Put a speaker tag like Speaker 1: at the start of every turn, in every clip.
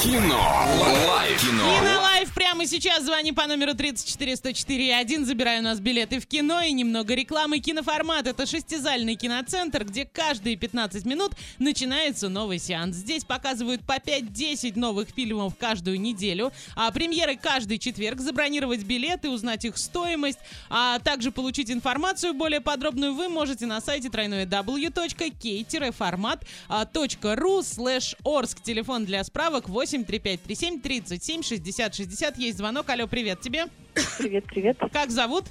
Speaker 1: Кино. Лайф.
Speaker 2: И на
Speaker 1: Кино.
Speaker 2: лайв прямо сейчас звони по номеру 34104.1, забирай у нас билеты в кино и немного рекламы. Киноформат — это шестизальный киноцентр, где каждые 15 минут начинается новый сеанс. Здесь показывают по 5-10 новых фильмов каждую неделю, а премьеры каждый четверг. Забронировать билеты, узнать их стоимость, а также получить информацию более подробную вы можете на сайте тройное w.k-формат.ру а, слэш орск. Телефон для справок 83537 37 60 60. Есть звонок. Алло, привет тебе.
Speaker 3: Привет, привет,
Speaker 2: Как зовут?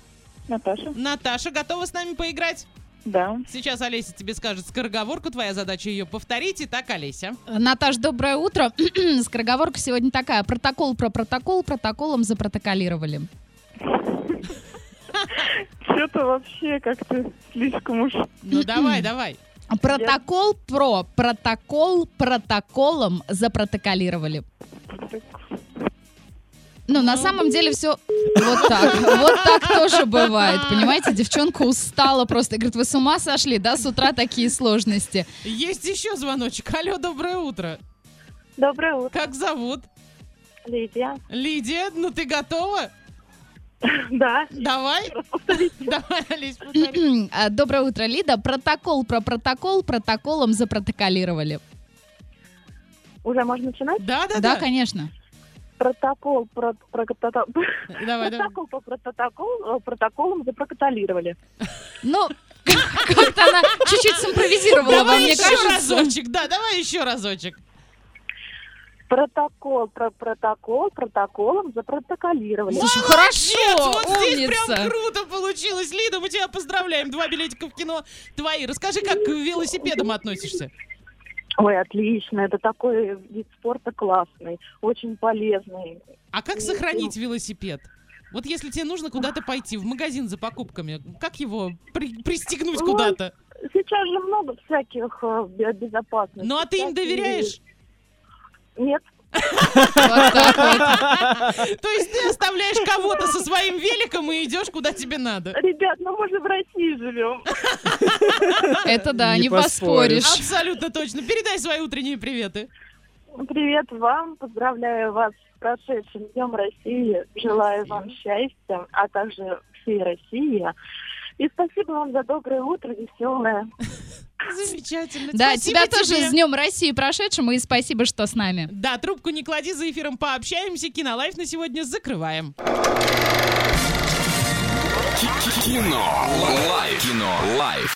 Speaker 3: Наташа.
Speaker 2: Наташа. Готова с нами поиграть?
Speaker 3: Да,
Speaker 2: Сейчас Олеся тебе скажет скороговорку. Твоя задача ее повторить. Итак, Олеся.
Speaker 4: Наташ, доброе утро. Скороговорка сегодня такая. Протокол про протокол протоколом запротоколировали.
Speaker 3: что-то вообще как-то слишком уж.
Speaker 2: Ну, давай, давай.
Speaker 4: Протокол про протокол протоколом запротоколировали. Ну, на самом деле все вот так. Вот так тоже бывает, понимаете? Девчонка устала просто. Говорит, вы с ума сошли, да? С утра такие сложности.
Speaker 2: Есть еще звоночек. Алло, доброе утро.
Speaker 3: Доброе утро,
Speaker 2: Как зовут?
Speaker 3: Лидия.
Speaker 2: Лидия, ну ты готова?
Speaker 3: Да,
Speaker 2: Давай. Давай, Олесь, повтори.
Speaker 4: А, Доброе утро, Лида. Протокол про протокол протоколом запротоколировали.
Speaker 3: уже можно начинать?
Speaker 2: Да, да,
Speaker 4: Да,
Speaker 2: да.
Speaker 4: конечно.
Speaker 3: Протокол про, про, протокол-
Speaker 2: Давай, давай.
Speaker 3: протокол по протокол, э, протоколом запрокаталировали.
Speaker 4: Ну, как-то она чуть-чуть симпровизировала вам,
Speaker 2: Давай
Speaker 4: мне
Speaker 2: еще
Speaker 4: кажется.
Speaker 2: разочек, да, давай еще разочек.
Speaker 3: Протокол про протокол протоколом запротоколировали.
Speaker 4: Слушай,
Speaker 2: Молодец,
Speaker 4: хорошо,
Speaker 2: вот здесь прям
Speaker 4: умница.
Speaker 2: круто получилось. Лида, мы тебя поздравляем. Два билетика в кино твои. Расскажи, как к велосипедам относишься?
Speaker 3: Ой, отлично, это такой вид спорта классный, очень полезный.
Speaker 2: А как сохранить велосипед? Вот если тебе нужно куда-то пойти, в магазин за покупками, как его при- пристегнуть
Speaker 3: Ой.
Speaker 2: куда-то?
Speaker 3: Сейчас же много всяких э, безопасностей.
Speaker 2: Ну а ты им доверяешь?
Speaker 3: Нет,
Speaker 4: Вот так вот.
Speaker 2: То есть ты оставляешь кого-то со своим великом и идешь куда тебе надо?
Speaker 3: ребят, ну мы же в России живем.
Speaker 4: Это да,
Speaker 5: Не
Speaker 4: не поспоришь.
Speaker 2: Абсолютно точно. Передай свои утренние приветы.
Speaker 3: Привет вам, поздравляю вас с прошедшим Днем России, желаю вам счастья, а также всей России. И спасибо вам за доброе утро, веселое.
Speaker 2: Замечательно.
Speaker 4: Да,
Speaker 2: Спасибо
Speaker 4: тебя тоже
Speaker 2: тебе.
Speaker 4: с Днем России прошедшим, и спасибо, что с нами.
Speaker 2: Да, трубку не клади, за эфиром пообщаемся. Кинолайф на сегодня закрываем.
Speaker 1: Кино. Лайф. Кино. Лайф.